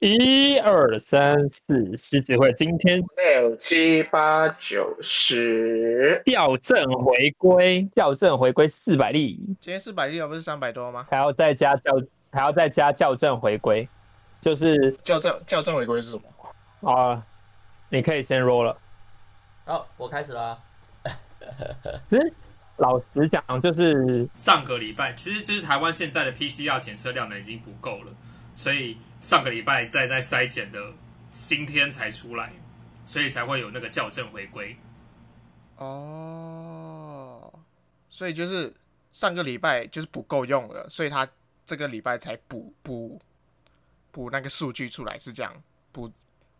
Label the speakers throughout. Speaker 1: 一二三四，狮子会今天
Speaker 2: 六七八九十，
Speaker 1: 校正回归，校正回归四百例，
Speaker 3: 今天四百六不是三百多吗？
Speaker 1: 还要再加校，还要再加校正回归，就是
Speaker 3: 校正校正违规是什么？
Speaker 1: 啊、你可以先 roll 了。
Speaker 4: 好，我开始了啊。
Speaker 1: 老实讲，就是
Speaker 5: 上个礼拜，其实就是台湾现在的 PCR 检测量呢已经不够了，所以上个礼拜再在筛检的，今天才出来，所以才会有那个校正回归。
Speaker 3: 哦，所以就是上个礼拜就是不够用了，所以他这个礼拜才补补补那个数据出来，是这样补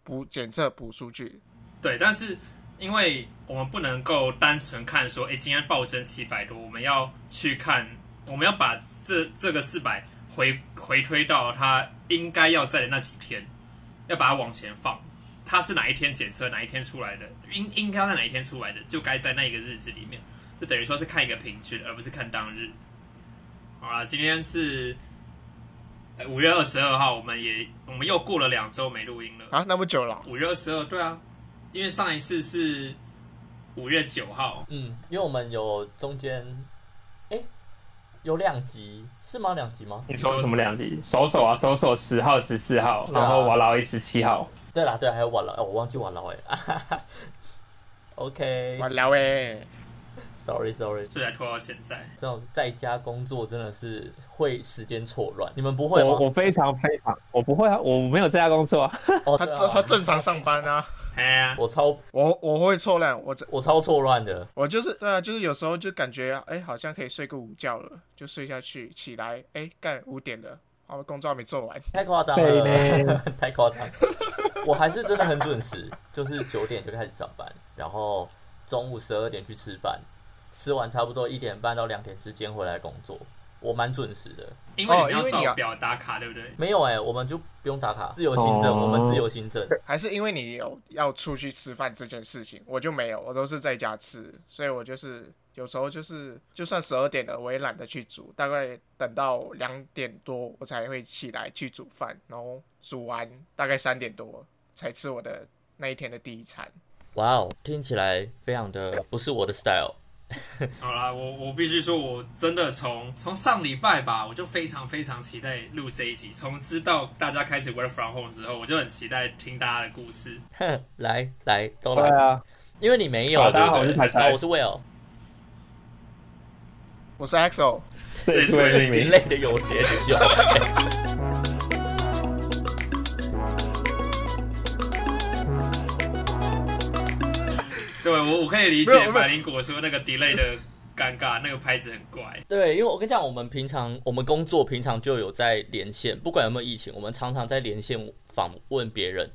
Speaker 3: 补检测补数据。
Speaker 5: 对，但是因为我们不能够单纯看说，哎，今天暴增七百多，我们要去看，我们要把这这个四百回回推到它应该要在的那几天，要把它往前放。它是哪一天检测，哪一天出来的，应应该在哪一天出来的，就该在那一个日子里面，就等于说是看一个平均，而不是看当日。好啦，今天是呃五月二十二号，我们也我们又过了两周没录音了。
Speaker 3: 啊，那么久了哦、
Speaker 5: 五月二十二，对啊，因为上一次是五月九号，
Speaker 4: 嗯，因为我们有中间，哎、有两集是吗？两集吗？
Speaker 1: 你说什么两集？手手啊，手手十号、十四号，然后瓦劳伊十七号。
Speaker 4: 对啦，对啦，还有晚了，哦我忘记晚了 哎。
Speaker 3: 我
Speaker 4: OK，Sorry，Sorry，、
Speaker 3: 聊诶，
Speaker 5: 就才拖到现在。
Speaker 4: 这种在家工作真的是会时间错乱，你们不会吗
Speaker 1: 我？我非常非常，我不会啊，我没有在家工作啊。
Speaker 4: 哦，
Speaker 3: 他
Speaker 4: 对
Speaker 3: 正
Speaker 4: 啊
Speaker 3: 他正常上班啊，
Speaker 5: 哎呀，
Speaker 4: 我超
Speaker 3: 我我会错乱，我这
Speaker 4: 我超错乱的，
Speaker 3: 我就是对啊，就是有时候就感觉哎、好像可以睡个午觉了，就睡下去，起来哎干五点了，我工作还没做完，
Speaker 4: 太夸张
Speaker 1: 对
Speaker 4: 了，太夸张。 我还是真的很准时，就是九点就开始上班，然后中午十二点去吃饭，吃完差不多一点半到两点之间回来工作，我蛮准时的。
Speaker 5: 因为你们
Speaker 3: 哦因
Speaker 5: 要
Speaker 3: 为你
Speaker 5: 照
Speaker 3: 要
Speaker 5: 表打卡，对不对？
Speaker 4: 没有哎、我们就不用打卡，自由行政，
Speaker 1: 哦
Speaker 4: 我们自由行政。
Speaker 3: 还是因为你有要出去吃饭这件事情，我就没有，我都是在家吃，所以我就是有时候就是就算十二点了，我也懒得去煮，大概等到两点多我才会起来去煮饭，然后煮完大概三点多才吃我的那一天的第一餐。
Speaker 4: 哇哦，听起来非常的不是我的 style。
Speaker 5: 好啦，我我必须说，我真的从从上礼拜吧，我就非常非常期待录这一集。从知道大家开始 work from home 之后，我就很期待听大家的故事。
Speaker 4: 哼，来来都
Speaker 1: 对
Speaker 4: 来，
Speaker 1: 啊，
Speaker 4: 因为你没有。
Speaker 1: 好大家
Speaker 4: 对不对
Speaker 1: 好我是彩彩
Speaker 4: 哦我是 Will，
Speaker 3: 我是 XO，
Speaker 1: 对是为
Speaker 4: 你
Speaker 1: 命。
Speaker 4: 累的有点久。
Speaker 5: 对我我可以理
Speaker 3: 没有
Speaker 5: 解
Speaker 3: 没有
Speaker 5: 百灵果说那个 delay 的尴尬，那个拍子很怪。
Speaker 4: 对，因为我跟你讲，我们平常我们工作平常就有在连线，不管有没有疫情，我们常常在连线访问别人。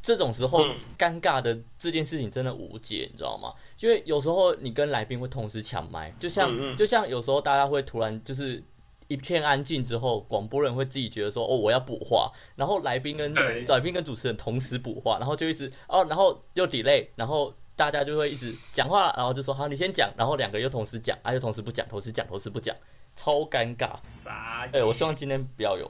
Speaker 4: 这种时候
Speaker 5: 嗯
Speaker 4: 尴尬的这件事情真的无解，你知道吗？因为有时候你跟来宾会同时抢麦，就像、
Speaker 5: 嗯嗯
Speaker 4: 就像有时候大家会突然就是一片安静之后，广播人会自己觉得说哦我要补话，然后来宾跟
Speaker 5: 对
Speaker 4: 来宾跟主持人同时补话，然后就一直哦，然后又 delay，然后大家就会一直讲话，然后就说好你先讲，然后两个又同时讲，啊又同时不讲，同时讲，同时不讲，超尴尬。
Speaker 5: 啥？
Speaker 4: 哎、我希望今天不要有。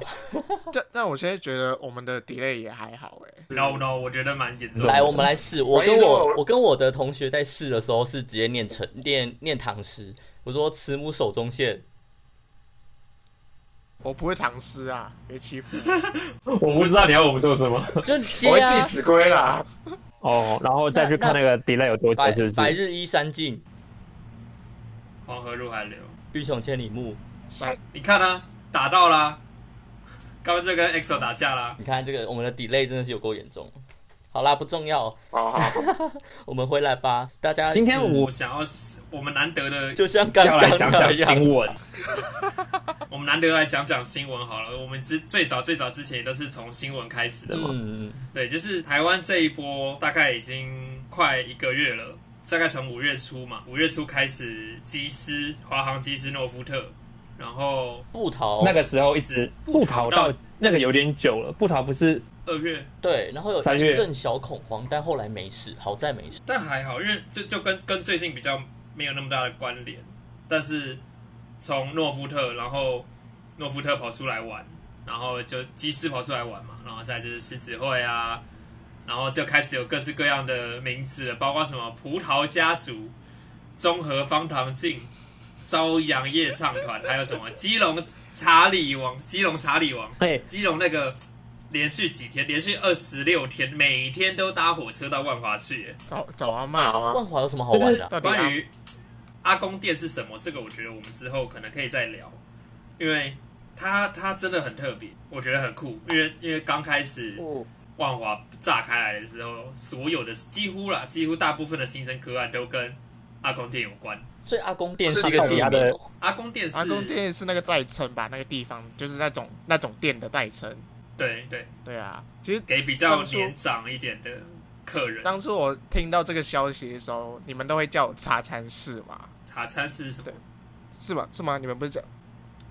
Speaker 3: 但但我现在觉得我们的 delay 也还好哎、
Speaker 5: No No，我觉得蛮严重的。
Speaker 4: 来，我们来试。我
Speaker 2: 哎
Speaker 4: 跟
Speaker 2: 这
Speaker 4: 我
Speaker 2: 我
Speaker 4: 我跟我的同学在试的时候是直接念成念念唐诗，我说慈母手中线，
Speaker 3: 我不会唐诗啊，别欺负我。
Speaker 1: 我不知道你要我们做什么。
Speaker 4: 就
Speaker 2: 我
Speaker 4: 接
Speaker 2: 会弟
Speaker 4: 啊。
Speaker 2: 子规啦。
Speaker 1: 哦，然后再去看那个 delay 有多久，
Speaker 4: 百
Speaker 1: 是不
Speaker 4: 百
Speaker 1: 是？
Speaker 4: 日依山尽，
Speaker 5: 黄河入海流，
Speaker 4: 欲穷千里目。
Speaker 5: 你看啊，打到啦，刚刚就跟 EXO 打架啦。
Speaker 4: 你看这个我们的 delay 真的是有够严重。好啦，不重要，
Speaker 2: 哦，好，
Speaker 4: 我们回来吧。大家
Speaker 1: 今天我
Speaker 5: 嗯我想要是，我们难得的
Speaker 4: 就像刚
Speaker 1: 要
Speaker 4: 刚
Speaker 1: 来讲
Speaker 4: 那
Speaker 1: 讲
Speaker 4: 样
Speaker 1: 新闻，
Speaker 5: 我们难得来讲讲新闻好了。我们之最早最早之前也都是从新闻开始的嘛。
Speaker 4: 嗯，
Speaker 5: 对，就是台湾这一波大概已经快一个月了，大概从五月初嘛，五月初开始，机师华航机师诺夫特，然后
Speaker 4: 布桃
Speaker 1: 那个时候一直不逃到那个有点久了，不逃不是
Speaker 5: 二月，
Speaker 4: 对，然后有
Speaker 1: 三
Speaker 4: 一
Speaker 1: 月
Speaker 4: 阵小恐慌，但后来没事，好在没事。
Speaker 5: 但还好，因为就就跟跟最近比较没有那么大的关联。但是从诺夫特，然后诺夫特跑出来玩，然后就鸡翅跑出来玩嘛，然后再就是狮子会啊，然后就开始有各式各样的名字了，包括什么葡萄家族、综合方糖镜、朝阳夜唱团，还有什么基隆查理王、基隆查理王、
Speaker 6: 哎，
Speaker 5: 基隆那个。连续几天，连续二十六天，每天都搭火车到万华去耶。
Speaker 3: 找找阿妈啊，
Speaker 4: 万华有什么好玩的啊、
Speaker 3: 到底阿
Speaker 5: 关于阿公店是什么，这个我觉得我们之后可能可以再聊，因为它它真的很特别，我觉得很酷。因为因为刚开始
Speaker 6: 嗯
Speaker 5: 万华炸开来的时候，所有的几乎啦，几乎大部分的新生个案都跟阿公店有关。
Speaker 4: 所以阿公店是一个
Speaker 6: 是
Speaker 4: 地
Speaker 6: 那
Speaker 4: 名
Speaker 6: 种
Speaker 4: 哦、
Speaker 5: 阿公店是
Speaker 3: 阿公店是那个代称吧，那个地方就是那种那种店的代称。
Speaker 5: 对对，
Speaker 3: 对啊，其实
Speaker 5: 给比较
Speaker 3: 当初
Speaker 5: 年长一点的客人。
Speaker 3: 当初我听到这个消息的时候，你们都会叫我茶餐室嘛，
Speaker 5: 茶餐是什么？
Speaker 3: 是吗？是吗？你们不是叫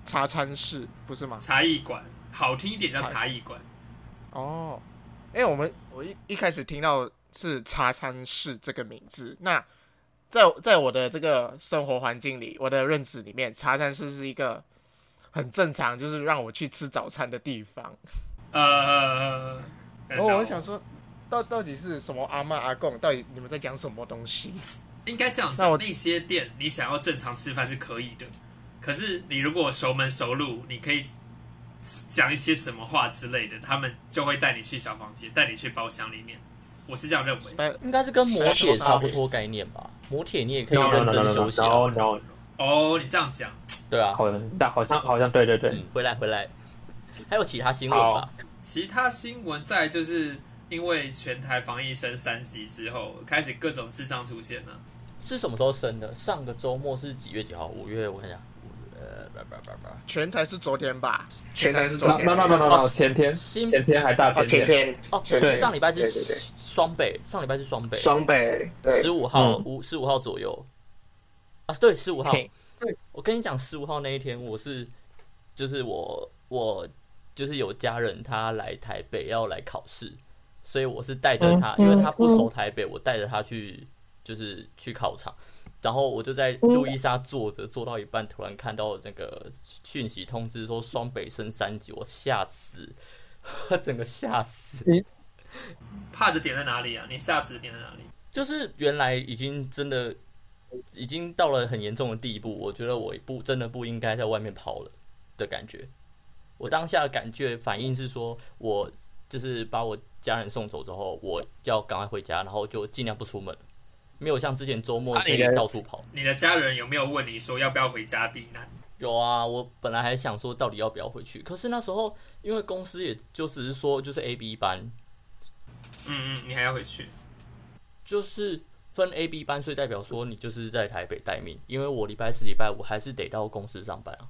Speaker 3: 茶餐室不是吗？
Speaker 5: 茶艺馆，好听一点叫茶艺馆。
Speaker 3: 哦，因为我们我一一开始听到是茶餐室这个名字，那在在我的这个生活环境里，我的认知里面，茶餐室是一个很正常，就是让我去吃早餐的地方。
Speaker 5: 呃，
Speaker 3: 然后哦我想说，到到底是什么阿妈阿公，到底你们在讲什么东西？
Speaker 5: 应该这样子
Speaker 3: 那我，
Speaker 5: 那些店你想要正常吃饭是可以的，可是你如果熟门熟路，你可以讲一些什么话之类的，他们就会带你去小房间，带你去包厢里面。我是这样认为。
Speaker 3: 呃
Speaker 4: 应该是跟磨铁差不多概念吧？磨铁你也可以认真休息啊、
Speaker 1: no no，
Speaker 5: 哦，你这样讲，
Speaker 4: 对啊，
Speaker 1: 好像，但好像好像对对对，
Speaker 4: 嗯，回来回来，还有其他新闻吧？
Speaker 5: 其他新闻再来就是因为全台防疫升三级之后，开始各种智障出现了。
Speaker 4: 是什么时候生的？上个周末是几月几号？五月，我看一下，五月呃，叭叭叭叭
Speaker 3: 全台是昨天吧？
Speaker 2: 全台是昨
Speaker 1: 那
Speaker 2: 天
Speaker 1: 那那那那
Speaker 4: 哦
Speaker 1: 那前天
Speaker 4: 新
Speaker 1: 前天还大
Speaker 2: 哦，
Speaker 1: 前
Speaker 2: 前
Speaker 1: 天，
Speaker 2: 天
Speaker 4: 哦，
Speaker 2: 前天
Speaker 4: 上礼拜
Speaker 2: 对对
Speaker 4: 是
Speaker 2: 对
Speaker 4: 双北，上礼拜是双北，
Speaker 2: 双北对
Speaker 4: 十五号
Speaker 1: 嗯
Speaker 4: 五十五号左右啊，对，十五号
Speaker 6: 嘿。
Speaker 4: 我跟你讲，十五号那一天，我是就是我我就是有家人他来台北要来考试，所以我是带着他，因为他不熟台北，我带着他去就是去考场。然后我就在路易莎坐着，坐到一半，突然看到那个讯息通知说双北升三级，我吓死， 我整个吓死。
Speaker 5: 怕的点在哪里啊？你吓死的点在哪里？
Speaker 4: 就是原来已经真的已经到了很严重的地步，我觉得我不真的不应该在外面跑了的感觉。我当下的感觉反应是说，我就是把我家人送走之后，我要赶快回家，然后就尽量不出门，没有像之前周末
Speaker 6: 啊
Speaker 4: 可
Speaker 6: 你
Speaker 4: 以
Speaker 6: 的
Speaker 4: 到处跑。
Speaker 5: 你的家人有没有问你说要不要回家避难？
Speaker 4: 有啊，我本来还想说到底要不要回去，可是那时候因为公司也就只是说就是 A B 班，
Speaker 5: 嗯嗯，你还要回去？
Speaker 4: 就是分 A、B 班，所以代表说你就是在台北待命，因为我礼拜四、礼拜五还是得到公司上班啊。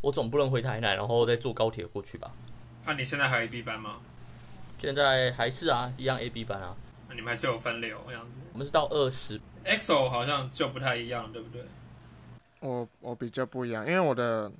Speaker 4: 我总不能回台南，然后再坐高铁过去吧？
Speaker 5: 那、啊你现在还有 A B 班吗？
Speaker 4: 现在还是啊，一样 A、B 班啊。
Speaker 5: 那你们还是有分流这样子。
Speaker 4: 我们是到二十，
Speaker 5: EXO 好像就不太一样，对不对？
Speaker 3: 我我比较不一样，因为我的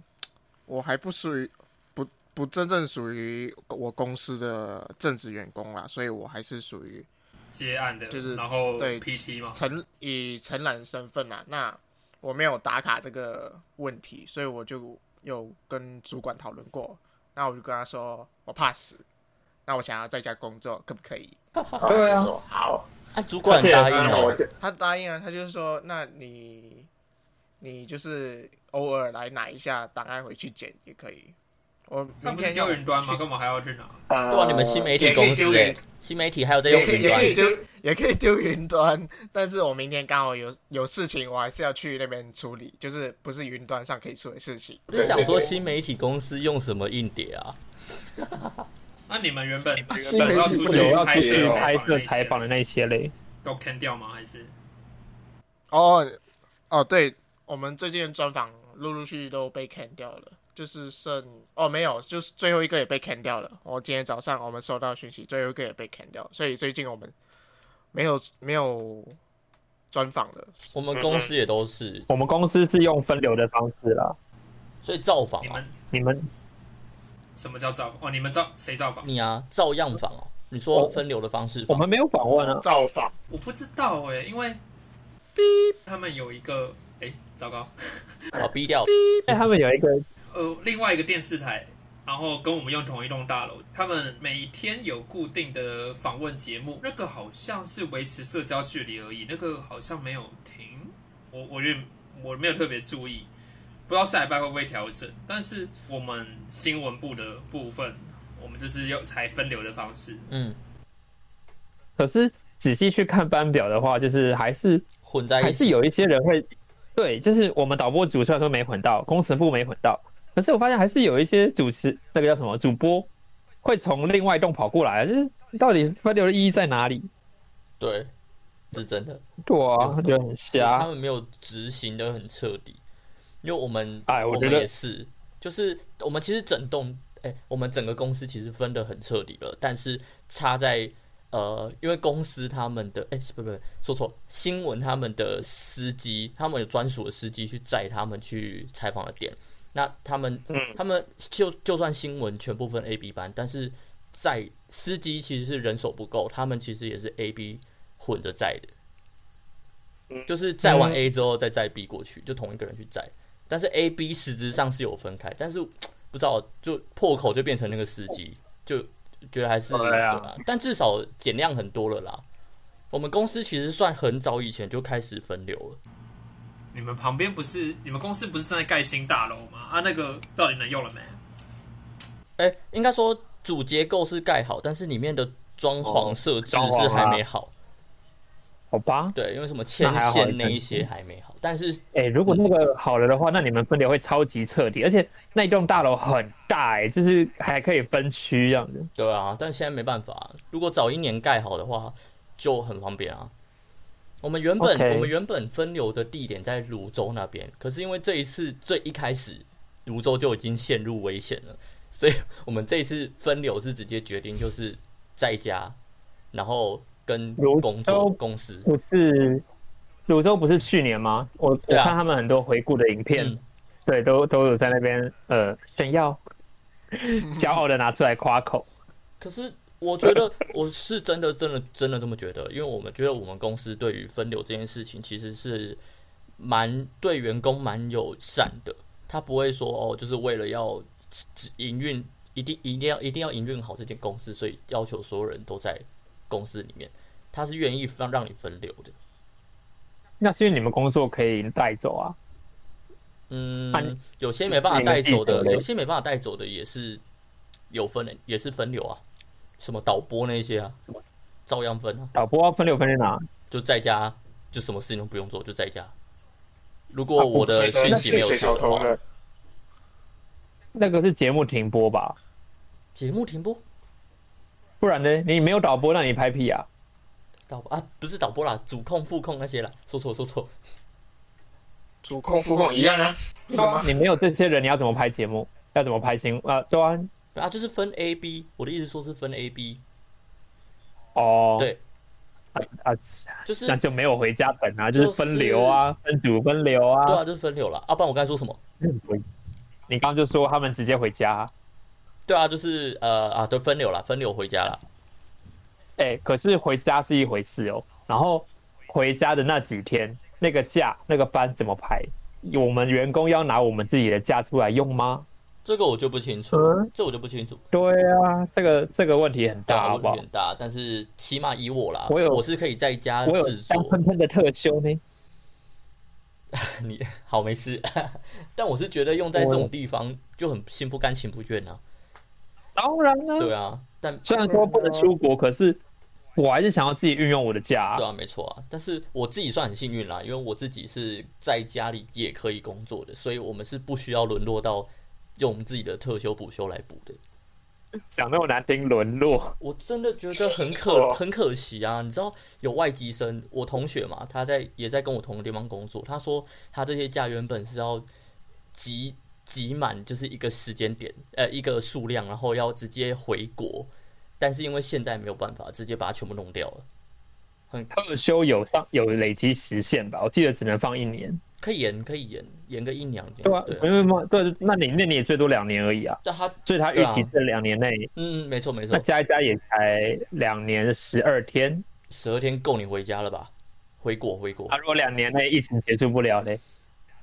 Speaker 3: 我还不属于不不真正属于我公司的正职员工啦，所以我还是属于
Speaker 5: 接案的，
Speaker 3: 就是
Speaker 5: 然后
Speaker 3: 对
Speaker 5: PT 嘛，
Speaker 3: 承以承揽身份啦。那我没有打卡这个问题，所以我就有跟主管讨论过。那我就跟他说，我怕死，那我想要在家工作，可不可以？
Speaker 1: 对啊
Speaker 2: 他说好，
Speaker 4: 啊，主管
Speaker 1: 而且
Speaker 4: 答应
Speaker 2: 那我
Speaker 4: 了，
Speaker 2: 就
Speaker 3: 他答应了，他就是说，那你你就是偶尔来拿一下档案回去捡也可以。我
Speaker 5: 那
Speaker 3: 明
Speaker 5: 不是
Speaker 3: 天
Speaker 5: 丢
Speaker 3: 要
Speaker 5: 云端
Speaker 3: 去
Speaker 5: 吗？干嘛还要去拿？
Speaker 2: 呃，
Speaker 4: 对啊，你们新媒体
Speaker 2: 也可以
Speaker 4: 公司
Speaker 2: 丢
Speaker 4: 哎、
Speaker 2: 云
Speaker 4: 新媒体还有在用
Speaker 2: 也可
Speaker 4: 云
Speaker 2: 以也可
Speaker 4: 端
Speaker 2: 以，丢，
Speaker 3: 也可以丢云端，但是我明天刚好有有事情，我还是要去那边处理，就是不是云端上可以处理事情。
Speaker 4: 我就想说新媒体公司用什么硬碟啊？
Speaker 5: 那、啊你们原本
Speaker 1: 啊新媒
Speaker 5: 要
Speaker 1: 体
Speaker 5: 出
Speaker 1: 不有
Speaker 5: 去
Speaker 1: 要
Speaker 5: 拍
Speaker 1: 出去
Speaker 5: 摄、
Speaker 1: 拍摄采访
Speaker 5: 那
Speaker 1: 的那些嘞，
Speaker 5: 些都 can 掉吗？还是
Speaker 3: 哦哦，对，我们最近的专访陆陆续续都被 can 掉了，就是剩哦没有，就是最后一个也被 can 掉了。我今天早上我们收到讯息，最后一个也被 can 掉，所以最近我们没有没有专访了。
Speaker 4: 我们公司也都是，
Speaker 1: 我们公司是用分流的方式啦，
Speaker 4: 所以造访
Speaker 5: 你
Speaker 4: 啊
Speaker 5: 们，
Speaker 1: 你们
Speaker 5: 什么叫造访？哦，你们造谁造访？
Speaker 4: 你啊照样访哦、你说分流的方式
Speaker 1: 我
Speaker 4: 访，
Speaker 1: 们没有访问啊，
Speaker 2: 造访
Speaker 5: 我不知道哎、因为他们有一个哎、糟糕，
Speaker 4: 啊逼掉，
Speaker 1: 哎，他们有一个
Speaker 5: 呃，另外一个电视台
Speaker 7: 然后跟我们用同一栋大楼，他们每天有固定的访问节目，那个好像是维持社交距离而已，那个好像没有停，我我认我没有特别注意，不知道下礼拜会不会调整。但是我们新闻部的部分，我们就是用采分流的方式，
Speaker 4: 嗯，
Speaker 5: 可是仔细去看班表的话，就是还是
Speaker 4: 混在
Speaker 5: 还
Speaker 4: 一
Speaker 5: 是
Speaker 4: 起，
Speaker 5: 有一些人会，对，就是我们导播组虽然说没混到，工程部没混到，可是我发现还是有一些主持那个叫什么主播会从另外一栋跑过来，就是到底分流的意义在哪里？
Speaker 4: 对，是真的。
Speaker 5: 对
Speaker 4: 有
Speaker 5: 啊，
Speaker 4: 时候
Speaker 5: 就很
Speaker 4: 他
Speaker 5: 瞎。
Speaker 4: 们没有执行的很彻底。因为我们，
Speaker 5: 哎我
Speaker 4: 我
Speaker 5: 觉
Speaker 4: 们
Speaker 5: 得
Speaker 4: 也是，就是我们其实整栋，哎、我们整个公司其实分得很彻底了，但是差在呃，因为公司他们的，哎、不不不，说错，新闻他们的司机，他们有专属的司机去载他们去采访的点。那他们，
Speaker 5: 嗯
Speaker 4: 他们就就算新闻全部分 A、B 班，但是在司机其实是人手不够，他们其实也是 A、B 混着载的。就是载完
Speaker 5: 嗯
Speaker 4: A 之后再载 B 过去，就同一个人去载。但是 A、B 实质上是有分开，但是不知道就破口就变成那个司机，就觉得还是
Speaker 5: 对啊
Speaker 4: 吧但至少减量很多了啦。我们公司其实算很早以前就开始分流了，
Speaker 7: 你们旁边不是你们公司不是正在盖新大楼吗？啊，那个到底能用了没？
Speaker 4: 哎、应该说主结构是盖好，但是里面的装潢
Speaker 5: 哦
Speaker 4: 设置
Speaker 5: 装潢
Speaker 4: 是
Speaker 5: 啊
Speaker 4: 还没好，
Speaker 5: 好吧，
Speaker 4: 对，因为什么牵
Speaker 5: 那还好
Speaker 4: 线那一些还没好，但是
Speaker 5: 哎、如果那个好了的话，那你们分流会超级彻底，而且那一栋大楼很大、哎，就是还可以分区这样子。
Speaker 4: 对啊，但现在没办法，如果早一年盖好的话，就很方便啊。我们原本
Speaker 5: OK
Speaker 4: 我们原本分流的地点在泸州那边，可是因为这一次最一开始泸州就已经陷入危险了，所以我们这一次分流是直接决定就是在家，然后跟
Speaker 5: 泸
Speaker 4: 工
Speaker 5: 州
Speaker 4: 作公司。
Speaker 5: 不是泸州不是去年吗？我、我
Speaker 4: 对啊
Speaker 5: 看他们很多回顾的影片，
Speaker 4: 嗯
Speaker 5: 对，都都有在那边呃炫 耀，骄傲的拿出来夸口。
Speaker 4: 可是我觉得我是真的真的真的这么觉得，因为我们觉得我们公司对于分流这件事情其实是蛮对员工蛮友善的，他不会说哦，就是为了要只只营运一定一定要一定要营运好这间公司，所以要求所有人都在公司里面，他是愿意让让你分流的。
Speaker 5: 那是因为你们工作可以带走啊，啊你
Speaker 4: 嗯，有些没办法带
Speaker 5: 你们
Speaker 4: 走
Speaker 5: 自己走
Speaker 4: 的，
Speaker 5: 的
Speaker 4: 有些没办法带走的也是有分的，也是分流啊，什么导播那些啊，照样分啊。
Speaker 5: 导播分流分去哪？
Speaker 4: 就在家，就什么事情都不用做，就在家。如果我
Speaker 3: 那
Speaker 4: 的
Speaker 3: 是
Speaker 4: 讯息没有
Speaker 3: 谁
Speaker 4: 收
Speaker 3: 小
Speaker 4: 的
Speaker 3: 偷
Speaker 4: 话
Speaker 3: 呢，？
Speaker 5: 那个是节目停播吧？
Speaker 4: 节目停播，
Speaker 5: 不然呢？你没有导播，那你拍屁啊？
Speaker 4: 导播啊，不是导播啦，主控、副控那些啦，说错说错。
Speaker 8: 主控
Speaker 3: 空腹控一样啊，不是吗？
Speaker 5: 你没有这些人，你要怎么拍节目？要怎么拍新啊？对啊，
Speaker 4: 啊，就是分 A、B，我的意思说是分 A、B，
Speaker 5: 哦，
Speaker 4: 对，
Speaker 5: 啊啊，
Speaker 4: 就是
Speaker 5: 那
Speaker 4: 对
Speaker 5: 就没有回家本啊，
Speaker 4: 就
Speaker 5: 就是是分流啊，分组分流啊。
Speaker 4: 啊，就是分流啦。啊，不然我刚才说什么？啊
Speaker 5: 你刚刚就说他们直接回家、
Speaker 4: 对啊，就是呃啊，对，分流啦，分流回家啦。
Speaker 5: 哎、可是回家是一回事哦。然后回家的那几天，那个假那个班怎么排？我们员工要拿我们自己的假出来用吗？
Speaker 4: 这个我就不清楚
Speaker 5: 嗯，
Speaker 4: 这我就不清楚，
Speaker 5: 对啊，这个这个问题很
Speaker 4: 对啊
Speaker 5: 大，好不
Speaker 4: 问题
Speaker 5: 好？
Speaker 4: 很大。但是起码以我啦，
Speaker 5: 我有
Speaker 4: 我是可以在家
Speaker 5: 我有
Speaker 4: 制作
Speaker 5: 香。喷喷的特修呢。
Speaker 4: 你好没事，但我是觉得用在这种地方就很心不甘情不愿啊。
Speaker 5: 当然啦、
Speaker 4: 对啊，但
Speaker 5: 虽然说不能出国，可是我还是想要自己运用我的假、
Speaker 4: 对啊，没错啊。但是我自己算很幸运啦，因为我自己是在家里也可以工作的，所以我们是不需要沦落到用我们自己的特休补休来补的。
Speaker 5: 讲那么难听，沦落。
Speaker 4: 我真的觉得很可
Speaker 3: 哦
Speaker 4: 很可惜啊！你知道有外籍生，我同学嘛，他在也在跟我同个地方工作，他说他这些假原本是要集集满，就是一个时间点，呃，一个数量，然后要直接回国，但是因为现在没有办法，直接把它全部弄掉了。
Speaker 5: 特修有上有累积时限吧，我记得只能放一年。
Speaker 4: 可以延，可以延，延个一两年，
Speaker 5: 对啊，
Speaker 4: 对啊
Speaker 5: 没有没有，对，那你那你也最多两年而已啊，
Speaker 4: 但他
Speaker 5: 所以他
Speaker 4: 对
Speaker 5: 预
Speaker 4: 啊
Speaker 5: 期这两年内
Speaker 4: 嗯，没错没错
Speaker 5: 那，加一加也才两年十二天，
Speaker 4: 十二天够你回家了吧？回国回国
Speaker 5: 啊，，如果两年内疫情结束不了嘞，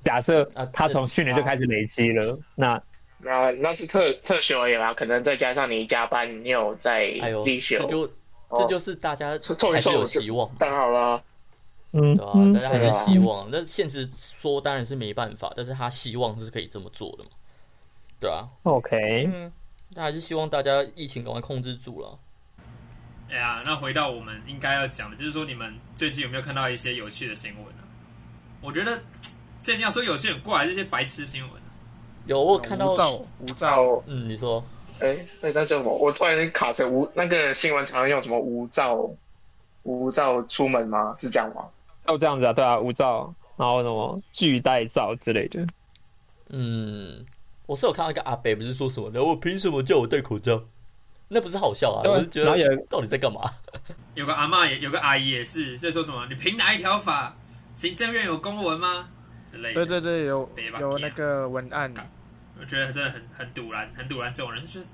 Speaker 5: 假设
Speaker 4: 啊
Speaker 5: 他从去年就开始累积了，那
Speaker 2: 那那是特特休而已啦，可能再加上你加班，你有哦在
Speaker 4: 哎呦，
Speaker 2: 低
Speaker 4: 这
Speaker 2: 休，
Speaker 4: 就这就是大家
Speaker 2: 凑凑一
Speaker 4: 还是
Speaker 2: 凑
Speaker 4: 有
Speaker 2: 就
Speaker 4: 希望嘛，
Speaker 2: 当然好了，
Speaker 1: 嗯
Speaker 4: 对啊吧、
Speaker 1: 嗯
Speaker 4: 大家还是希望，但现实说当然是没办法，但是他希望是可以这么做的嘛，对啊，
Speaker 1: ，OK，
Speaker 4: 嗯，那还是希望大家疫情赶快控制住了。
Speaker 5: 哎呀，那回到我们应该要讲的，就是说你们最近有没有看到一些有趣的新闻呢、我觉得最近要说有趣很怪，这些白痴新闻啊、
Speaker 4: 有我有看到
Speaker 3: 无，照无
Speaker 2: 然
Speaker 3: 照，
Speaker 2: 后
Speaker 4: 嗯，你说
Speaker 2: 哎，那那叫什么？我突然卡成无那个新闻常用什么无照无照出门吗？是这样吗？
Speaker 5: 哦
Speaker 1: 都这样子啊，对啊，无照，然后什么巨带照之类的，
Speaker 4: 嗯，我是有看到一个阿北，不是说什么，然后我凭什么叫我戴口罩？那不是好笑啊，
Speaker 1: 对啊
Speaker 4: 我是觉
Speaker 1: 然后有
Speaker 4: 得
Speaker 1: 人
Speaker 4: 到底在干嘛？
Speaker 5: 有个阿嬷也有个阿姨也是，在说什么你凭哪一条法？行政院有公文吗？之类的。
Speaker 3: 对对对，有
Speaker 5: 别吧
Speaker 3: 有那个文案，
Speaker 5: 我觉得真的很很堵然，很堵然这种人，就觉得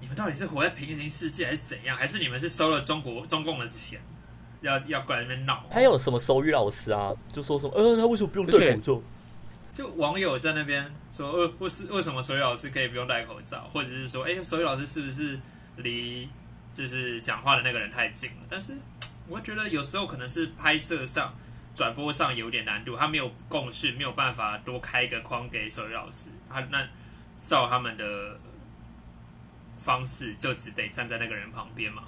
Speaker 5: 你们到底是活在平行世界还是怎样？还是你们是收了中国中共的钱，要要过来那边闹？
Speaker 4: 还有什么手语老师啊，就说什么，呃，他为什么不用戴口罩？
Speaker 5: 就网友在那边说，呃，为是为什么手语老师可以不用戴口罩，或者是说，哎、手语老师是不是离就是讲话的那个人太近了？但是我觉得有时候可能是拍摄上、转播上有点难度，他没有共识，没有办法多开一个框给手语老师，他那照他们的方式，就只得站在那个人旁边嘛。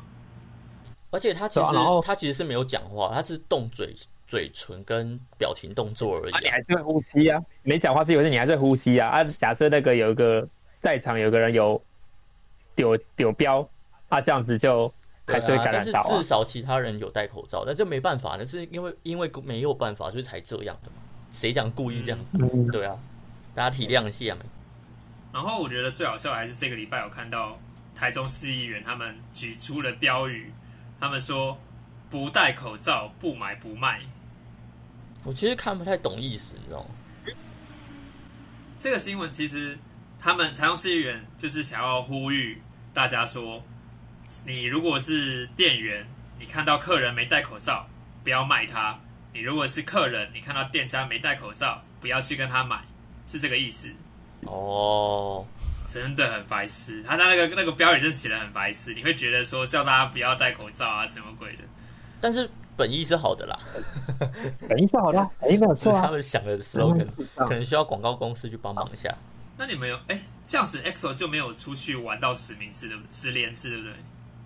Speaker 4: 而且他其
Speaker 1: 对
Speaker 4: 实
Speaker 1: 啊然后
Speaker 4: 他其实是没有讲话，他是动嘴嘴唇跟表情动作而已、
Speaker 1: 啊，你
Speaker 4: 啊。
Speaker 1: 还是会呼吸啊，没讲话之前你还是会呼吸啊。啊，假设那个有一个在场有个人有有有标，啊，这样子就
Speaker 4: 对
Speaker 1: 还是会
Speaker 4: 啊，
Speaker 1: 感
Speaker 4: 但
Speaker 1: 染
Speaker 4: 是
Speaker 1: 到啊
Speaker 4: 至。少其他人有戴口罩，但这没办法，那是因为因为没有办法，所以才这样的嘛。谁想故意这样子？
Speaker 1: 嗯，
Speaker 4: 对啊，大家体谅一下嘛。
Speaker 5: 然后我觉得最好笑的还是这个礼拜有看到台中市议员他们举出了标语，他们说不戴口罩不买不卖。
Speaker 4: 我其实看不太懂意思，你知道吗？
Speaker 5: 这个新闻其实他们台中市议员就是想要呼吁大家说，你如果是店员，你看到客人没戴口罩，不要卖他；你如果是客人，你看到店家没戴口罩，不要去跟他买，是这个意思。
Speaker 4: 哦，
Speaker 5: 真的很白痴，他他那个那个标语真的写的很白痴，你会觉得说叫大家不要戴口罩啊什么鬼的。
Speaker 4: 但是本意是好的啦，
Speaker 1: 等一下好了，哎，没有
Speaker 4: 只
Speaker 1: 错
Speaker 4: 是他
Speaker 1: 啊。
Speaker 4: 们想的 slogan，
Speaker 1: 嗯
Speaker 4: 可能需要广告公司去帮忙一下。
Speaker 5: 那你们有哎、这样子 EXO 就没有出去玩到实名制对不对？十连制对不对？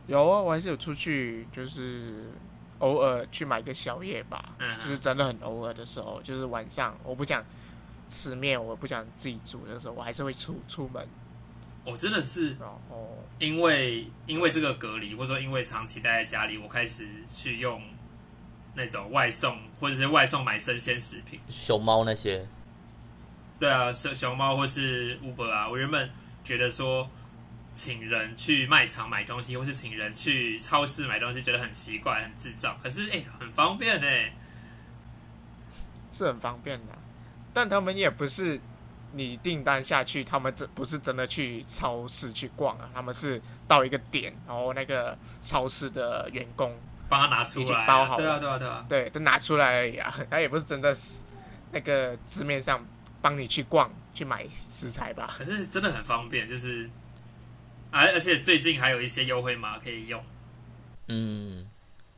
Speaker 3: 有啊，我还是有出去，就是偶尔去买个宵夜吧，
Speaker 5: 嗯
Speaker 3: 就是真的很偶尔的时候，就是晚上我不想吃面，我不想自己煮的时候，我还是会出出门，
Speaker 5: 我真的是
Speaker 3: 然后
Speaker 5: 因为因为这个隔离，或者说因为长期待在家里，我开始去用那种外送或者是外送买生鲜食品。
Speaker 4: 熊猫那些，
Speaker 5: 对啊，熊熊猫或是 Uber 啊，我原本觉得说请人去卖场买东西，或是请人去超市买东西，觉得很奇怪、很智障。可是哎、很方便哎、
Speaker 3: 是很方便的，但他们也不是你订单下去，他们这不是真的去超市去逛啊，他们是到一个点，然后那个超市的员工
Speaker 5: 帮他拿出来
Speaker 3: 已经
Speaker 5: 啊、
Speaker 3: 包好了
Speaker 5: 对啊，对啊，对啊。
Speaker 3: 对，都拿出来而已啊，他也不是真的是那个字面上帮你去逛去买食材吧？
Speaker 5: 可是真的很方便，就是，而、而且最近还有一些优惠码可以用。
Speaker 4: 嗯，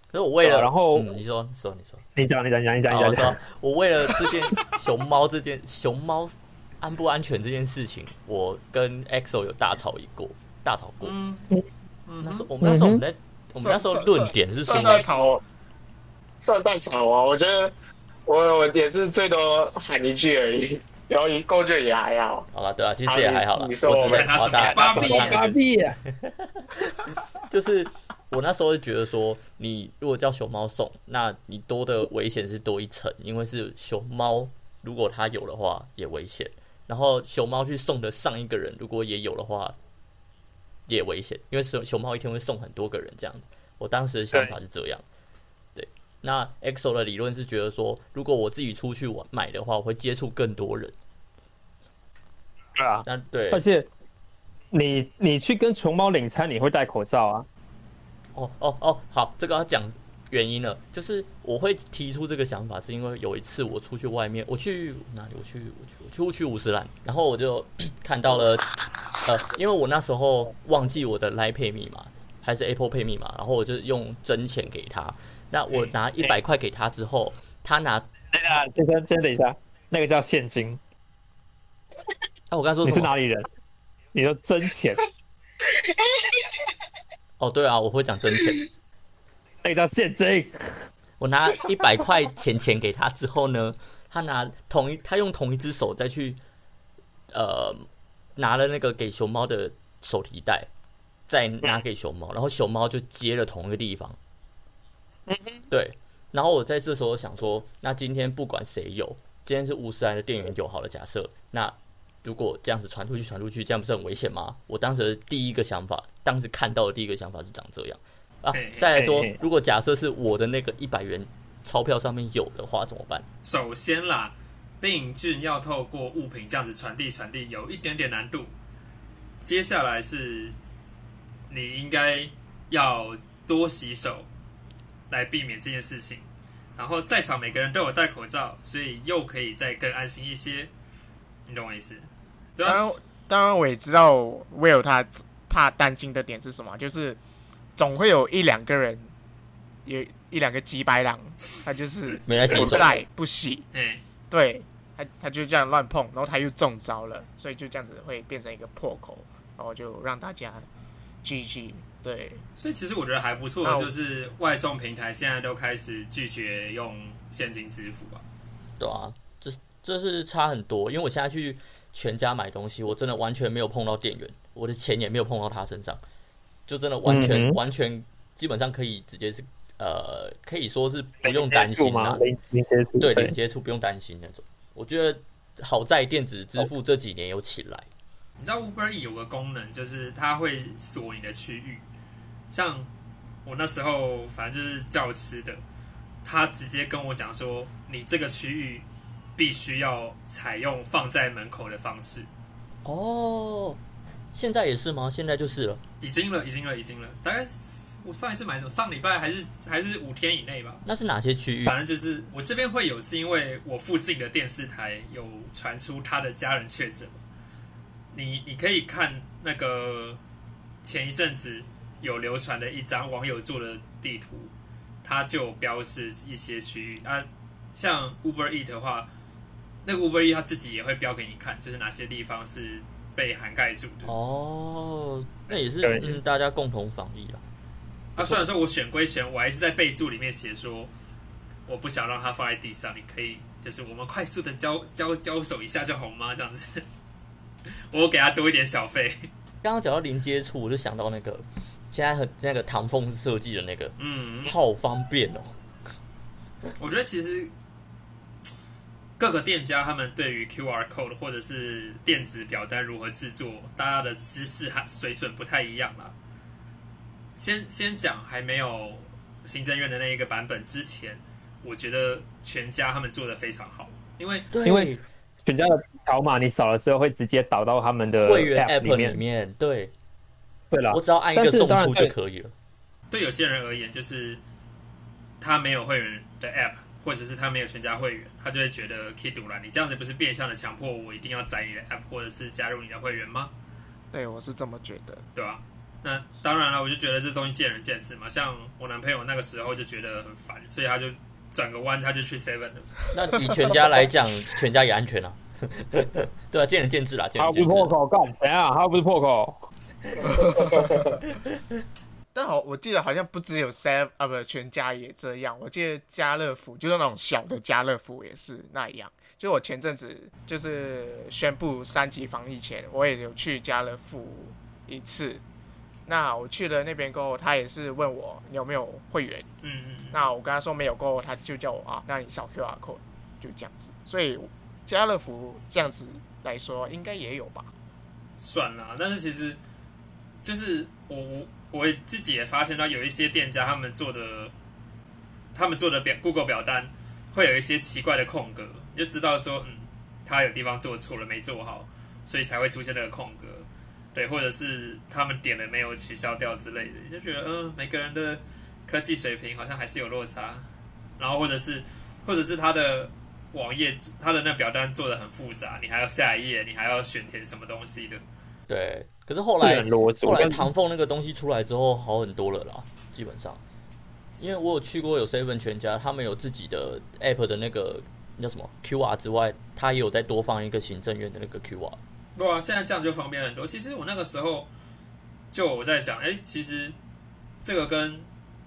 Speaker 4: 可是我为
Speaker 1: 对
Speaker 4: 了，
Speaker 1: 啊然后
Speaker 4: 嗯你说，你说，你说。哦
Speaker 1: 你讲，你讲，你讲，你讲，
Speaker 3: 啊
Speaker 4: 我
Speaker 1: 你讲
Speaker 4: 说。，我为了这件 熊猫这件熊猫安不安全这件事情，我跟 EXO 有大吵一过，大吵过。
Speaker 5: 嗯
Speaker 4: 那
Speaker 5: 嗯，
Speaker 4: 时候我们那时候我们
Speaker 1: 嗯哼
Speaker 4: 在我们那时候论点是说
Speaker 2: 算，蛋炒，算蛋炒啊！我觉得我我也是最多喊一句而已，然后一够就也还好。
Speaker 4: 好了，对啊，其实也还好了。
Speaker 2: 你说我
Speaker 4: 我只
Speaker 2: 们
Speaker 4: 是夸大
Speaker 5: 拿什么
Speaker 4: 夸大
Speaker 1: 芭比啊，
Speaker 4: 就是我那时候就觉得说，你如果叫熊猫送，那你多的危险是多一层，因为是熊猫，如果它有的话也危险。然后熊猫去送的上一个人，如果也有的话，也危险，因为熊熊猫一天会送很多个人这样子。我当时的想法是这样。对，那 EXO 的理论是觉得说，如果我自己出去玩买的话，我会接触更多人。
Speaker 1: 对啊。
Speaker 4: 但对
Speaker 1: 而且你你去跟熊猫领餐，你会戴口罩啊？
Speaker 4: 哦哦哦，好，这个要讲原因了，就是我会提出这个想法，是因为有一次我出去外面，我去哪里？我去我去我去我去乌斯兰，然后我就 看到了，呃，因为我那时候忘记我的 Line Pay 密码还是 Apple Pay 密码，然后我就用真钱给他，那我拿
Speaker 1: 嗯
Speaker 4: 一百块给他之后，他拿
Speaker 1: 等一下，先生，先等一下，那个叫现金。
Speaker 4: 啊，我刚才说
Speaker 1: 你
Speaker 4: 什
Speaker 1: 是
Speaker 4: 么？
Speaker 1: 哪里人？你说真钱，
Speaker 4: 哦，对啊，我会讲真钱。
Speaker 1: 那个叫现金。
Speaker 4: 我拿一百块钱钱给他之后呢，他拿同一他用同一只手再去，呃，拿了那个给熊猫的手提袋，再拿给熊猫，然后熊猫就接了同一个地方。对。然后我在这时候想说，那今天不管谁有，今天是乌斯兰的店员有好了，假设那如果这样子传出去传出去，这样不是很危险吗？我当时的第一个想法，当时看到的第一个想法是长这样啊
Speaker 5: 嘿嘿。
Speaker 4: 再来说
Speaker 1: 嘿嘿，
Speaker 4: 如果假设是我的那个一百元钞票上面有的话，怎么办？
Speaker 5: 首先啦，病菌要透过物品这样子传递传递，有一点点难度。接下来是，你应该要多洗手，来避免这件事情。然后在场每个人都有戴口罩，所以又可以再更安心一些。你懂我意思？对
Speaker 3: 当
Speaker 5: 啊
Speaker 3: 然，，当然我也知道 Will 他怕担心的点是什么，就是总会有一两个人，有一两个鸡白狼，他就是
Speaker 4: 没来洗
Speaker 3: 不
Speaker 4: 手，
Speaker 3: 带不洗，
Speaker 5: 哎，
Speaker 3: 对，他他就这样乱碰，然后他又中招了，所以就这样子会变成一个破口，然后就让大家 GG。对，
Speaker 5: 所以其实我觉得还不错
Speaker 3: 那，我
Speaker 5: 就是外送平台现在都开始拒绝用现金支付吧。
Speaker 4: 对啊，这这是差很多。因为我现在去全家买东西，我真的完全没有碰到店员，我的钱也没有碰到他身上，就真的完全、
Speaker 1: 嗯哼
Speaker 4: 完全基本上可以直接是呃，可以说是不用担
Speaker 1: 接触
Speaker 4: 心啊啦、
Speaker 1: 吗？零零接触。
Speaker 4: 对零接触不用担心那种。我觉得好在电子支付这几年有起来，
Speaker 5: 你知道 Uber E 有个功能，就是它会锁你的区域。像我那时候，反正就是叫吃的，他直接跟我讲说，你这个区域必须要采用放在门口的方式。
Speaker 4: 哦，现在也是吗？现在就是了。
Speaker 5: 已经了，已经了，已经了。大概是我上一次买什么？上礼拜还是还是五天以内吧。
Speaker 4: 那是哪些区域？
Speaker 5: 反正就是我这边会有，是因为我附近的电视台有传出他的家人确诊。你你可以看那个前一阵子有流传的一张网友做的地图，它就标示一些区域啊，像 Uber E 的话，那个 Uber E 他自己也会标给你看，就是哪些地方是被涵盖住的。
Speaker 4: 哦，那也是
Speaker 1: 对
Speaker 4: 嗯，大家共同防疫啦。
Speaker 5: 啊，虽然说我选归选，我还是在备注里面写说，我不想让它放在地上，你可以就是我们快速的交交交手一下就好吗？这样子， 我给他多一点小费。
Speaker 4: 刚刚讲到零接触，我就想到那个现在很那个唐凤设计的那个，
Speaker 5: 嗯，
Speaker 4: 好方便哦。
Speaker 5: 我觉得其实各个店家他们对于 QR code 或者是电子表单如何制作，大家的知识和水准不太一样啦。先先讲还没有行政院的那一个版本之前，我觉得全家他们做的非常好，因为
Speaker 4: 对
Speaker 1: 因为全家的条码你扫了之后，会直接导到他
Speaker 5: 呃
Speaker 1: 们的
Speaker 4: 会员
Speaker 1: app
Speaker 4: 里
Speaker 1: 面。
Speaker 4: 面，对
Speaker 1: 对了
Speaker 5: 啊
Speaker 4: 我，只要按一个
Speaker 1: 但是
Speaker 4: 送
Speaker 1: 当然
Speaker 4: 出就
Speaker 1: 对
Speaker 4: 可以了。
Speaker 5: 对有些人而言，就是他没有会员的 App，或者是他没有全家会员，他就会觉得 K 赌了，你这样子不是变相的强迫我一定要载你的 App，或者是加入你的会员吗？
Speaker 3: 对我是这么觉得。
Speaker 5: 对吧、那当然了，我就觉得这东西见仁见智嘛。像我男朋友那个时候就觉得很烦，所以他就转个弯，他就去 Seven 了。
Speaker 4: 那以全家来讲，全家也安全啊。 对啊，见仁见智啦，见
Speaker 1: 他
Speaker 4: 仁
Speaker 1: 又不是
Speaker 4: 见智
Speaker 1: 破
Speaker 4: 啦。
Speaker 1: 口干，等一下他又不是破口，
Speaker 3: 但好，我记得好像不只有 Seven 啊，不，全家也这样。我记得家乐福就是那种小的家乐福也是那样。就我前阵子就是宣布三级防疫前，我也有去家乐福一次。那我去了那边过后，他也是问我你有没有会员，
Speaker 5: 嗯嗯嗯，
Speaker 3: 那我跟他说没有过后，他就叫我啊，那你扫 QR code，就这样子。所以家乐福这样子来说，应该也有吧？
Speaker 5: 算了。但是其实就是我我我自己也发现到有一些店家他们做的他们做的表 Google 表单会有一些奇怪的空格，你就知道说嗯他有地方做错了没做好，所以才会出现那个空格。呃对，或者是他们点了没有取消掉之类的，你就觉得嗯、每个人的科技水平好像还是有落差，然后或者是或者是它的网页它的那表单做的很复杂，你还要下一页，你还要选填什么东西的。
Speaker 4: 对，可是后
Speaker 1: 不
Speaker 4: 来
Speaker 1: 能啰嗦。
Speaker 4: 后来
Speaker 1: 但是
Speaker 4: 唐凤那个东西出来之后，好很多了啦，基本上。因为我有去过有 seven 全家，他们有自己的 app 的那个那叫什么 QR 之外，它也有再多放一个行政院的那个 QR。
Speaker 5: 对啊，现在这样就方便很多。其实我那个时候就我在想，哎，其实这个跟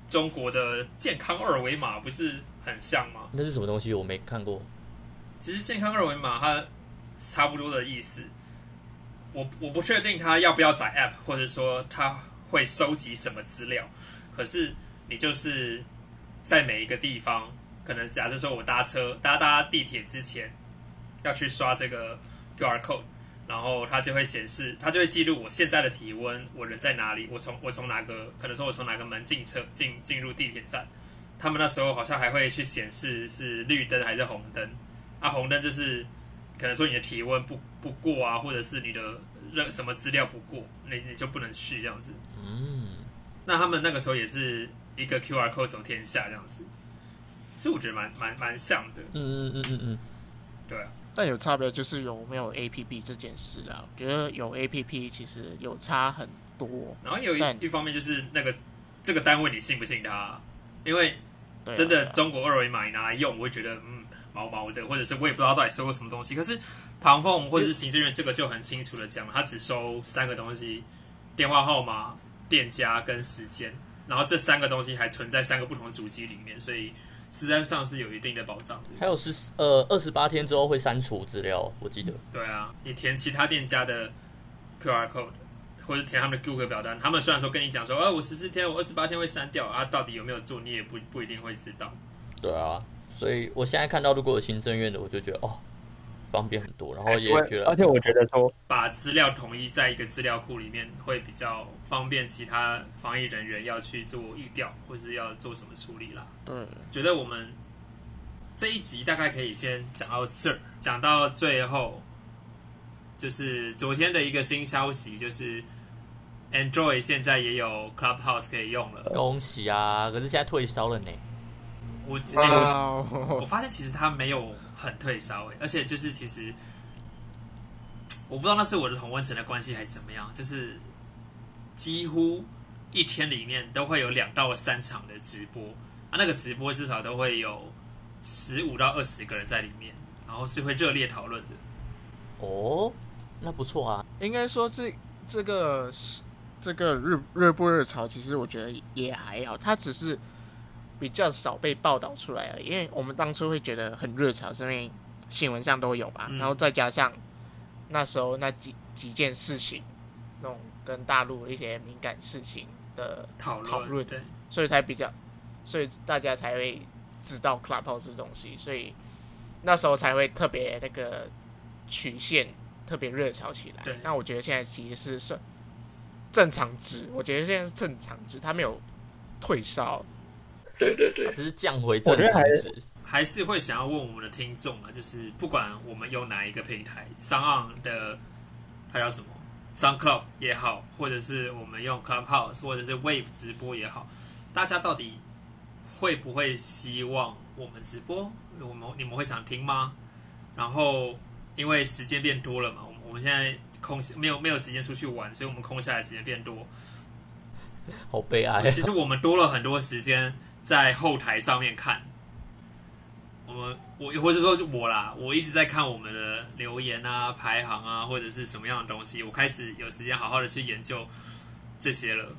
Speaker 5: 中国的健康二维码不是很像吗？
Speaker 4: 那是什么东西？我没看过。
Speaker 5: 其实健康二维码它差不多的意思。我我不确定它要不要载 App，或者说它会收集什么资料。可是你就是在每一个地方，可能假设说我搭车搭搭地铁之前要去刷这个 QR code，然后它就会显示，它就会记录我现在的体温，我人在哪里，我从我从哪个，可能说我从哪个门进车进进入地铁站。他们那时候好像还会去显示是绿灯还是红灯。啊，红灯就是可能说你的体温不不过啊，或者是你的任什么资料不过，你你就不能去这样子。
Speaker 4: 嗯，
Speaker 5: 那他们那个时候也是一个 QR code 走天下这样子，其实我觉得蛮蛮蛮像的，
Speaker 4: 嗯嗯嗯嗯嗯，
Speaker 5: 对啊，
Speaker 3: 但有差别就是有没有 APP 这件事啊，我觉得有 APP 其实有差很多。
Speaker 5: 然后有一
Speaker 3: 但
Speaker 5: 一方面就是那个这个单位你信不信他，因为
Speaker 3: 对啊、
Speaker 5: 真的
Speaker 3: 对啊
Speaker 5: 中国二维码你拿来用，我会觉得嗯毛毛的，或者是我也不知道到底收了什么东西。可是唐凤或者是行政院这个就很清楚的讲，他只收三个东西：电话号码、店家跟时间。然后这三个东西还存在三个不同的主机里面，所以实际上是有一定的保障的。
Speaker 4: 还有是呃二十八天之后会删除资料，我记得。
Speaker 1: 嗯
Speaker 5: 对啊，你填其他店家的 QR code，或者填他们的 Google 表单，他们虽然说跟你讲说，呃、我十四天，我二十八天会删掉啊，到底有没有做，你也不不一定会知道。
Speaker 4: 对啊，所以我现在看到如果有行政院的，我就觉得哦方便很多，然后也觉得，
Speaker 1: 而且哎我觉得说，
Speaker 5: 把资料统一在一个资料库里面，会比较方便其他防疫人员要去做预调或是要做什么处理啦。
Speaker 3: 对，
Speaker 5: 觉得我们这一集大概可以先讲到这儿，讲到最后，就是昨天的一个新消息，就是 Android 现在也有 Clubhouse 可以用了。
Speaker 4: 恭喜啊！可是现在退烧了呢。
Speaker 5: 我、欸
Speaker 3: 哇
Speaker 5: 我我
Speaker 3: 哦，
Speaker 5: 发现其实它没有很退烧、欸，而且就是其实我不知道那是我的同温层的关系还是怎么样，就是几乎一天里面都会有两到三场的直播，啊，那个直播至少都会有十五到二十个人在里面，然后是会热烈讨论的。
Speaker 4: 哦，那不错啊。
Speaker 3: 应该说这这个是这个日日不日潮，其实我觉得也还好，它只是比较少被报道出来而已。因为我们当初会觉得很热潮，是因为新闻上都有吧，
Speaker 5: 嗯
Speaker 3: 然后再加上那时候那几几件事情，那种跟大陆一些敏感事情的
Speaker 5: 讨
Speaker 3: 讨论
Speaker 5: 对，
Speaker 3: 所以才比较，所以大家才会知道 Clubhouse 这东西，所以那时候才会特别那个曲线特别热潮起来
Speaker 5: 对。
Speaker 3: 那我觉得现在其实是算正常值，我觉得现在是正常值，它没有退烧。
Speaker 2: 对对对
Speaker 4: 它，只是降回正
Speaker 1: 我觉得
Speaker 4: 常
Speaker 1: 还
Speaker 4: 值。
Speaker 5: 还是会想要问我们的听众啊，就是不管我们用哪一个平台，上岸的还有什么 SoundCloud 也好，或者是我们用 Clubhouse 或者是 Wave 直播也好，大家到底会不会希望我们直播？我们你们会想听吗？然后因为时间变多了嘛，我们我们现在空没有没有时间出去玩，所以我们空下来的时间变多，
Speaker 4: 好悲哀。
Speaker 5: 其实我们多了很多时间在后台上面看，我们我或者说是我啦，我一直在看我们的留言啊、排行啊，或者是什么样的东西，我开始有时间好好的去研究这些了，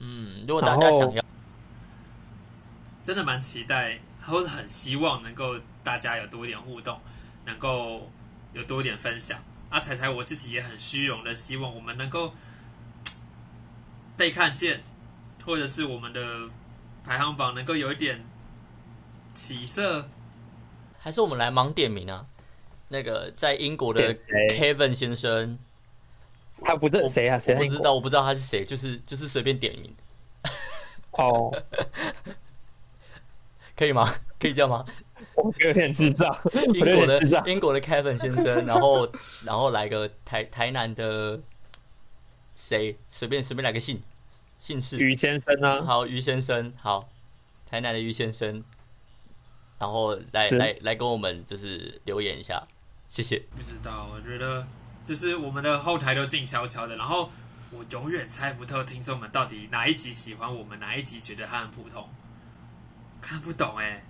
Speaker 4: 嗯，如果大家
Speaker 1: 然后
Speaker 4: 想要，
Speaker 5: 真的蛮期待，或者很希望能够大家有多一点互动，能够有多一点分享。啊，彩彩我自己也很虚荣的希望我们能够呃被看见，或者是我们的排行榜能够有一点起色。
Speaker 4: 还是我们来盲点名啊。那个在英国的
Speaker 1: 点谁
Speaker 4: Kevin 先生，
Speaker 1: 他不
Speaker 4: 我
Speaker 1: 认谁啊？谁
Speaker 4: 我
Speaker 1: 在
Speaker 4: 不
Speaker 1: 英
Speaker 4: 知
Speaker 1: 国
Speaker 4: 道，我不知道他是谁，就是就是随便点名，
Speaker 1: 哦，
Speaker 4: 可以吗？ 可以这样吗？
Speaker 1: 我有点智 障，
Speaker 4: 英
Speaker 1: 我有
Speaker 4: 国
Speaker 1: 点智
Speaker 4: 的
Speaker 1: 障。
Speaker 4: 英国的 Kevin 先生，然后 然后来个台台南的谁，随便随便来个姓，姓氏，
Speaker 1: 于 先生啊，
Speaker 4: 好，于先生，好，台南的于先生，然后来
Speaker 1: 是
Speaker 4: 来来跟我们就是留言一下，谢谢。
Speaker 5: 不知道，我觉得就是我们的后台都静悄悄的，然后我永远猜不透听众们到底哪一集喜欢我们，哪一集觉得他很普通，看不懂哎、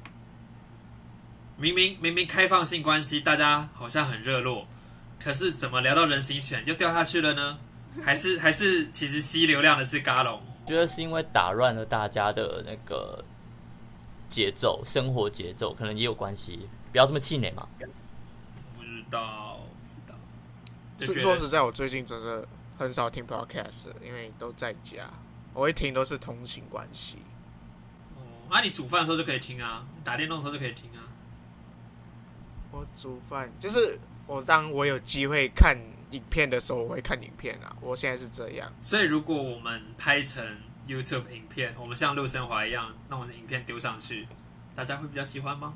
Speaker 5: 明明明明开放性关系，大家好像很热络，可是怎么聊到人形犬就掉下去了 呢？还是还是其实吸流量的是嘎龙？
Speaker 4: 觉得是因为打乱了大家的那个节奏，生活节奏可能也有关系，不要这么气馁嘛。
Speaker 5: 不知道，不知道。就是觉
Speaker 3: 说
Speaker 5: 得
Speaker 3: 实在，我最近真的很少听 podcast，了因为都在家，我会听都是通勤关系。
Speaker 5: 哦，那、你煮饭的时候就可以听啊，打电动的时候就可以听啊。
Speaker 3: 我煮饭就是我当我有机会看影片的时候，我会看影片啊。我现在是这样，
Speaker 5: 所以如果我们拍成 YouTube 影片，我们像陆生华一样弄影片丢上去，大家会比较喜欢吗？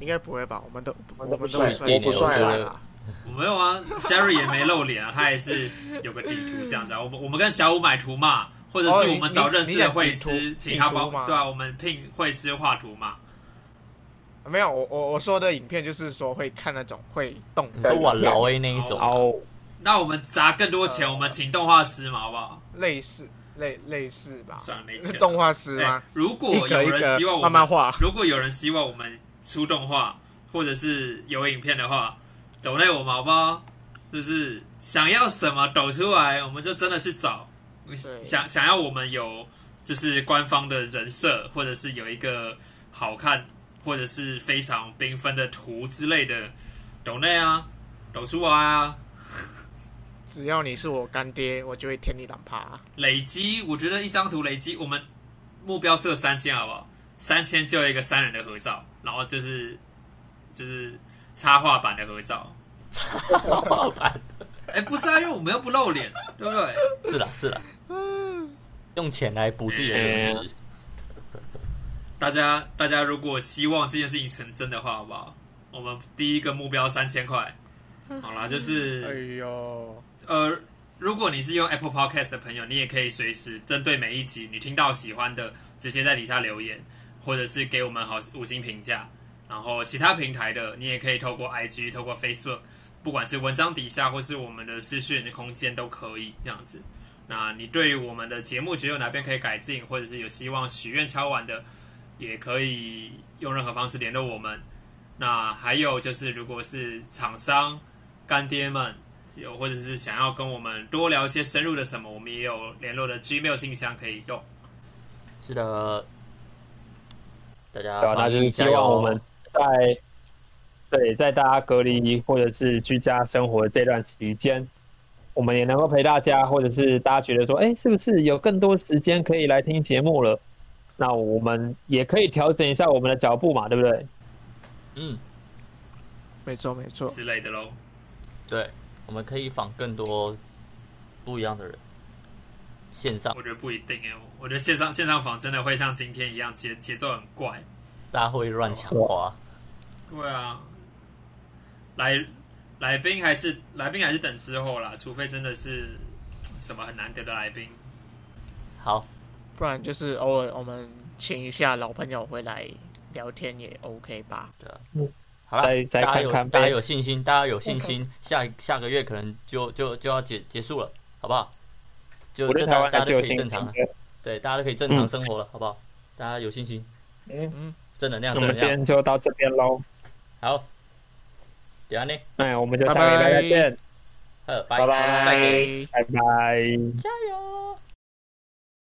Speaker 3: 应该不会吧？我们都
Speaker 2: 我
Speaker 3: 我
Speaker 2: 们
Speaker 3: 们
Speaker 2: 都
Speaker 3: 都
Speaker 2: 不
Speaker 3: 不
Speaker 2: 帅
Speaker 3: 算
Speaker 2: 我不帅
Speaker 4: 啊
Speaker 3: 啊。
Speaker 5: 我没有啊，Sherry 也没露脸啊，他也是有个底图这样子
Speaker 3: 嗯
Speaker 5: 啊。我们我们跟小五买图嘛，或者是我们找认识的绘
Speaker 3: 哦你你
Speaker 5: 师，
Speaker 3: 你讲底图
Speaker 5: 请他
Speaker 3: 底图
Speaker 5: 帮，
Speaker 3: 吗
Speaker 5: 对啊，我们聘绘师画图嘛。
Speaker 3: 没有，我我我说的影片就是说会看那种会动
Speaker 4: 你
Speaker 3: 的
Speaker 2: 嗯
Speaker 4: 说我老 A 那一种啊，
Speaker 1: 哦，
Speaker 5: 那我们砸更多钱，我们请动画师嘛，好不好？
Speaker 3: 类似类类似吧？
Speaker 5: 算了，没
Speaker 3: 是
Speaker 5: 钱。
Speaker 3: 动画师
Speaker 5: 对
Speaker 3: 吗？，
Speaker 5: 哎如果
Speaker 3: 一
Speaker 5: 有
Speaker 3: 个一
Speaker 5: 人希望
Speaker 3: 个
Speaker 5: 我
Speaker 3: 慢
Speaker 5: 们
Speaker 3: 慢画。
Speaker 5: 如果有人希望我们出动画或者是有影片的话，抖内我们好不好？就是想要什么抖出来，我们就真的去找。想想要我们有就是官方的人设，或者是有一个好看或者是非常缤纷的图之类的，抖内啊，抖出来啊，
Speaker 3: 只要你是我干爹，我就会舔你两趴。
Speaker 5: 累积。我觉得一张图累积，我们目标设三千，好不好？三千就一个三人的合照，然后就是就是插画版的合照。
Speaker 4: 老板
Speaker 5: 哎、不是啊，因为我们又不露脸，对不对？
Speaker 4: 是啦是啦，用钱来补自己的
Speaker 1: 哎
Speaker 4: 颜值，
Speaker 5: 大家大家如果希望这件事情成真的话，好不好？我们第一个目标三千块，好啦，就
Speaker 3: 哎
Speaker 5: 是
Speaker 3: 呦，
Speaker 5: 呃，如果你是用 Apple Podcast 的朋友，你也可以随时针对每一集你听到喜欢的，直接在底下留言，或者是给我们好五星评价。然后其他平台的，你也可以透过 IG、透过 Facebook，不管是文章底下或是我们的私讯空间都可以这样子。那你对于我们的节目觉得有哪边可以改进，或者是有希望许愿敲完的，也可以用任何方式联络我们。那还有就是，如果是厂商干爹们，有或者是想要跟我们多聊一些深入的什么，我们也有联络的 Gmail 信箱可以用。
Speaker 4: 是的，大家
Speaker 1: 对啊，那
Speaker 4: 防疫
Speaker 1: 就是希
Speaker 4: 加油
Speaker 1: 望我们在对在大家隔离或者是居家生活这段期间，我们也能够陪大家，或者是大家觉得说，哎，是不是有更多时间可以来听节目了？那我们也可以调整一下我们的脚步嘛，对不对？
Speaker 4: 嗯，
Speaker 3: 没错没错，
Speaker 5: 之类的喽。
Speaker 4: 对，我们可以访更多不一样的人，线上
Speaker 5: 我觉得不一定哎，我觉得线上线上访真的会像今天一样节节奏很怪。
Speaker 4: 大家会乱讲话，
Speaker 5: 对啊，来来宾还是来宾还是等之后啦，除非真的是什么很难得的来宾。
Speaker 4: 好，
Speaker 3: 不然就是偶尔我们请一下老朋友回来聊天也 OK 吧？
Speaker 4: 对啊
Speaker 1: 嗯，
Speaker 4: 好了，
Speaker 1: 再再
Speaker 4: 大家
Speaker 1: 看
Speaker 4: 有
Speaker 1: 看呗
Speaker 4: 大家有信心，大家有信心，下下个月可能就就就要结结束了，好不好？就
Speaker 1: 我
Speaker 4: 就
Speaker 1: 对台
Speaker 4: 大
Speaker 1: 湾
Speaker 4: 大家
Speaker 1: 还是
Speaker 4: 都
Speaker 1: 有
Speaker 4: 可以
Speaker 1: 信
Speaker 4: 正
Speaker 1: 心啊
Speaker 4: 常了
Speaker 1: 的，。
Speaker 4: 对，大家都可以正常生活了，好不好？大家有信心，
Speaker 1: 嗯
Speaker 3: 嗯，
Speaker 4: 正能量，
Speaker 1: 那
Speaker 4: 正
Speaker 1: 我们
Speaker 4: 能
Speaker 1: 今
Speaker 4: 量，
Speaker 1: 天就到这边喽，
Speaker 4: 好，等一下呢，
Speaker 1: 哎，我们就下
Speaker 3: 拜
Speaker 1: 个礼拜
Speaker 3: 拜
Speaker 1: 再见，
Speaker 4: 好，拜
Speaker 2: 拜拜
Speaker 4: 再见，
Speaker 1: 拜拜。
Speaker 4: 加油。